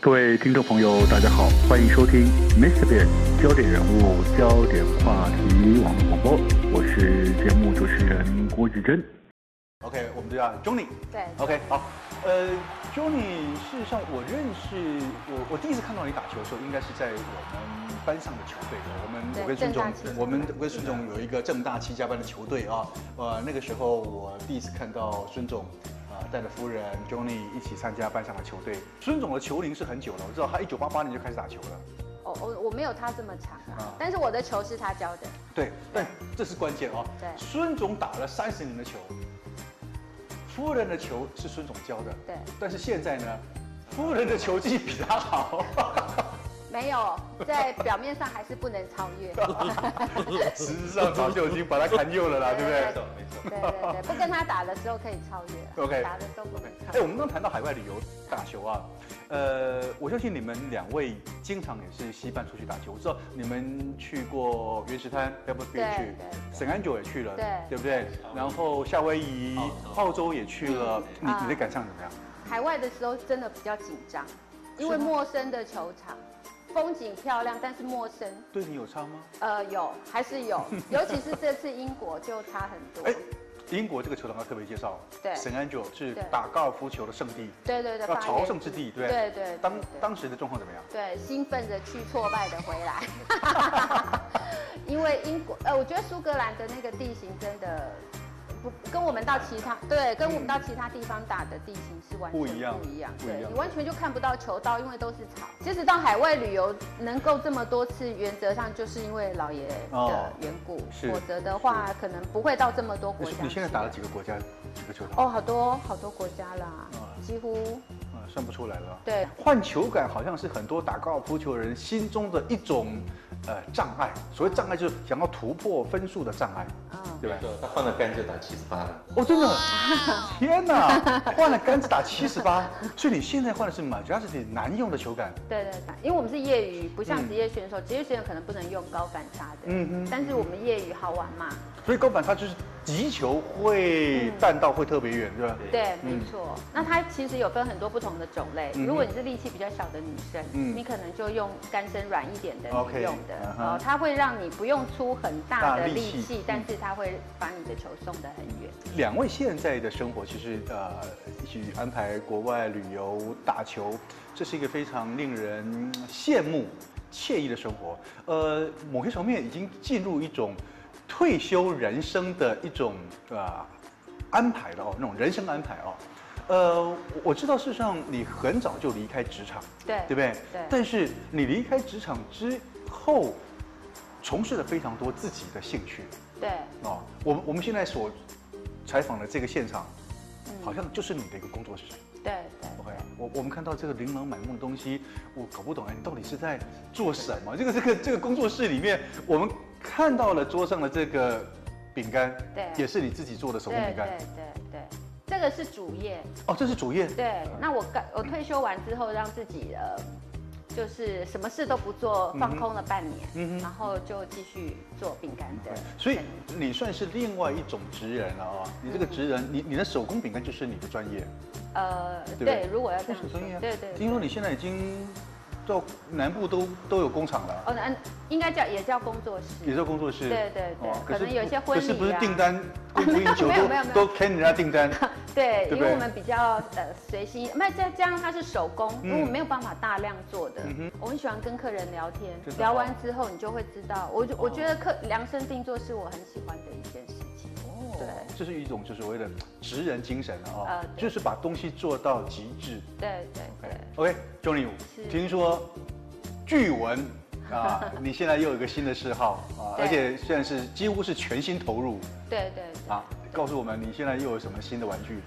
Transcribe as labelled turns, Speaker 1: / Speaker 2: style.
Speaker 1: 各位听众朋友，大家好，欢迎收听 Mr. Bear 焦点人物、焦点话题网络广播，我是节目主持人郭志珍。OK，我们就叫 Johnny。
Speaker 2: 对
Speaker 1: OK，好，呃，Johnny，事实上我认识我，我第一次看到你打球的时候，应该是在我们班上的球队。我们
Speaker 2: 对
Speaker 1: 我跟孙总
Speaker 2: 正大七，中
Speaker 1: 我们我跟孙总有一个正大七加班的球队啊。呃，那个时候我第一次看到孙总，呃，带着夫人 Johnny 一起参加班上的球队。孙总的球龄是很久了，我知道他一九八八年就开始打球了。
Speaker 2: 我我我没有他这么长
Speaker 1: 啊
Speaker 2: 啊，但是我的球是他教的，
Speaker 1: 对，但这是关键哦。
Speaker 2: 对
Speaker 1: 孙总打了三十年的球，夫人的球是孙总教的。
Speaker 2: 对，
Speaker 1: 但是现在呢，夫人的球技比他好，
Speaker 2: 没有在表面上还是不能超 越，对
Speaker 1: 事 实上早就已经把他砍右了啦，对不对？
Speaker 3: 没错。
Speaker 2: 对对，不跟他打的时候可以超越啊
Speaker 1: OK
Speaker 2: 打的时候不
Speaker 1: OK，
Speaker 2: 能超
Speaker 1: 哎，我
Speaker 2: 越。
Speaker 1: 们刚谈到海外旅游打球啊，呃，我相信你们两位经常也是西半出去打球，我知道你们去过原石滩 b e v e
Speaker 2: 对
Speaker 1: r 去
Speaker 2: 对，对
Speaker 1: 沈安久也去了，
Speaker 2: 对
Speaker 1: 对不对？然后夏威夷、澳
Speaker 3: 澳洲
Speaker 1: 洲也去了，你
Speaker 2: 啊
Speaker 1: 你的感想怎么样？
Speaker 2: 海外的时候真的比较紧张，因为陌生的球场，风景漂亮，但是陌生。
Speaker 1: 对你有差吗？
Speaker 2: 呃，有还是 有，尤其是这次英国就差很多。
Speaker 1: 哎英国这个球场要特别介绍，
Speaker 2: 对
Speaker 1: 沈安久是
Speaker 2: 对
Speaker 1: 打高尔夫球的圣地，
Speaker 2: 对对对，
Speaker 1: 要
Speaker 2: 发
Speaker 1: 朝
Speaker 2: 言
Speaker 1: 圣之地，对不对？
Speaker 2: 对对对，
Speaker 1: 当
Speaker 2: 对
Speaker 1: 当时的状况怎么样？
Speaker 2: 对，兴奋的去，挫败的回 来。因为英国，呃，我觉得苏格兰的那个地形真的不跟我们到其他对，跟我们到其他地方打的地形是完
Speaker 1: 嗯
Speaker 2: 全
Speaker 1: 不一样
Speaker 2: 不一样。
Speaker 1: 不一
Speaker 2: 对
Speaker 1: 样
Speaker 2: 你完全就看不到球道，因为都是草。其实到海外旅游能够这么多次，原则上就是因为老爷
Speaker 1: 哦
Speaker 2: 的缘故。
Speaker 1: 是
Speaker 2: 否则的话，可能不会到这么多国
Speaker 1: 你
Speaker 2: 家去。
Speaker 1: 你现在打了几个国家，几个球场？
Speaker 2: 哦，好多好多国家啦，
Speaker 1: 嗯
Speaker 2: 几乎
Speaker 1: 嗯，算不出来了。
Speaker 2: 对。
Speaker 1: 换球感好像是很多打高尔夫球的人心中的一种呃障碍，所谓障碍就是想要突破分数的障碍，
Speaker 2: 嗯，
Speaker 1: 对吧？
Speaker 3: 他换了杆就打七十八了。
Speaker 1: 哦，真的， 天哪，换了杆子打七十八，所以你现在换的是 Majesty 难用的球感，
Speaker 2: 对对对，因为我们是业余，不像
Speaker 1: 嗯
Speaker 2: 职业选手，职业选手可能不能用高反差的，
Speaker 1: 嗯哼
Speaker 2: 但是我们业余好玩嘛，
Speaker 1: 所以高反它就是击球会
Speaker 2: 嗯
Speaker 1: 弹道会特别远，对吧？
Speaker 2: 对，
Speaker 1: 嗯
Speaker 2: 没错。那它其实有分很多不同的种类，
Speaker 1: 嗯哼
Speaker 2: 如果你是力气比较小的女生，
Speaker 1: 嗯
Speaker 2: 你可能就用干身软一点的
Speaker 1: OK，
Speaker 2: 你用的
Speaker 1: 嗯，哼
Speaker 2: 呃，它会让你不用出很大
Speaker 1: 大
Speaker 2: 的
Speaker 1: 力
Speaker 2: 力
Speaker 1: 气嗯
Speaker 2: 气，但是它会把你的球送得很远。
Speaker 1: 两位现在的生活，其实呃，一起安排国外旅游、打球，这是一个非常令人羡慕、惬意的生活。呃，某些层面已经进入一种退休人生的一种呃安排了哦，那种人生安排哦。呃，我我知道，事实上你很早就离开职场，
Speaker 2: 对
Speaker 1: 对不对？
Speaker 2: 对
Speaker 1: 但是你离开职场之后，从事了非常多自己的兴趣。
Speaker 2: 对，
Speaker 1: 哦，我们我们现在所采访的这个现场，好
Speaker 2: 嗯，
Speaker 1: 像就是你的一个工作室。
Speaker 2: 对对。
Speaker 1: OK，我啊我们看到这个琳琅满目的东西，我搞不懂哎，你到底是在做什么？这个这个这个工作室里面，我们看到了桌上的这个饼干，
Speaker 2: 对
Speaker 1: 也是你自己做的手工饼
Speaker 2: 对
Speaker 1: 干。
Speaker 2: 对对对，这个是主业，
Speaker 1: 哦，这是主页。
Speaker 2: 对，那我干我退休完之后，让自己呃，就是什么事都不
Speaker 1: 嗯
Speaker 2: 做，放空了半年，
Speaker 1: 嗯哼
Speaker 2: 然后就继续做饼干的生意。
Speaker 1: 嗯所以你算是另外一种职人了啊、你这个职人，你你的手工饼干就是你的专业，
Speaker 2: 呃，
Speaker 1: 不
Speaker 2: 对，如果要这
Speaker 1: 这
Speaker 2: 样
Speaker 1: 是
Speaker 2: 说
Speaker 1: 专业啊。，
Speaker 2: 对对。
Speaker 1: 听说你现在已经到南部都都有工厂了，
Speaker 2: 哦，那应该叫也叫工作
Speaker 1: 也
Speaker 2: 室。
Speaker 1: 是工作室。
Speaker 2: 对对对
Speaker 1: 哦，
Speaker 2: 可能有一些婚
Speaker 1: 可是不
Speaker 2: 礼
Speaker 1: 是
Speaker 2: 啊，
Speaker 1: 订单 供不应求，
Speaker 2: 没有没有没有
Speaker 1: 都都 can 人家订单。
Speaker 2: 对，
Speaker 1: 对不
Speaker 2: 因为
Speaker 1: 对
Speaker 2: 我们比较呃随心，那再加上它是手工，
Speaker 1: 嗯
Speaker 2: 因为我没有办法大量做的
Speaker 1: 嗯哼。
Speaker 2: 我很喜欢跟客人聊天
Speaker 1: 真的，
Speaker 2: 聊
Speaker 1: 哦
Speaker 2: 完之后你就会知道，我就我
Speaker 1: 哦
Speaker 2: 觉得客量身定做是我很喜欢的一件事情。
Speaker 1: 哦
Speaker 2: 对
Speaker 1: 这是一种就是所谓的职人精神了啊
Speaker 2: 呃，对
Speaker 1: 就是把东西做到极致。
Speaker 2: 对对对。
Speaker 1: OK，Johnny，、
Speaker 2: 是
Speaker 1: 听说据闻 啊，你现在又有一个新的嗜好啊，
Speaker 2: 对
Speaker 1: 而且现在是几乎是全心投入
Speaker 2: 对对对
Speaker 1: 啊，告诉我们你现在又有什么新的玩具？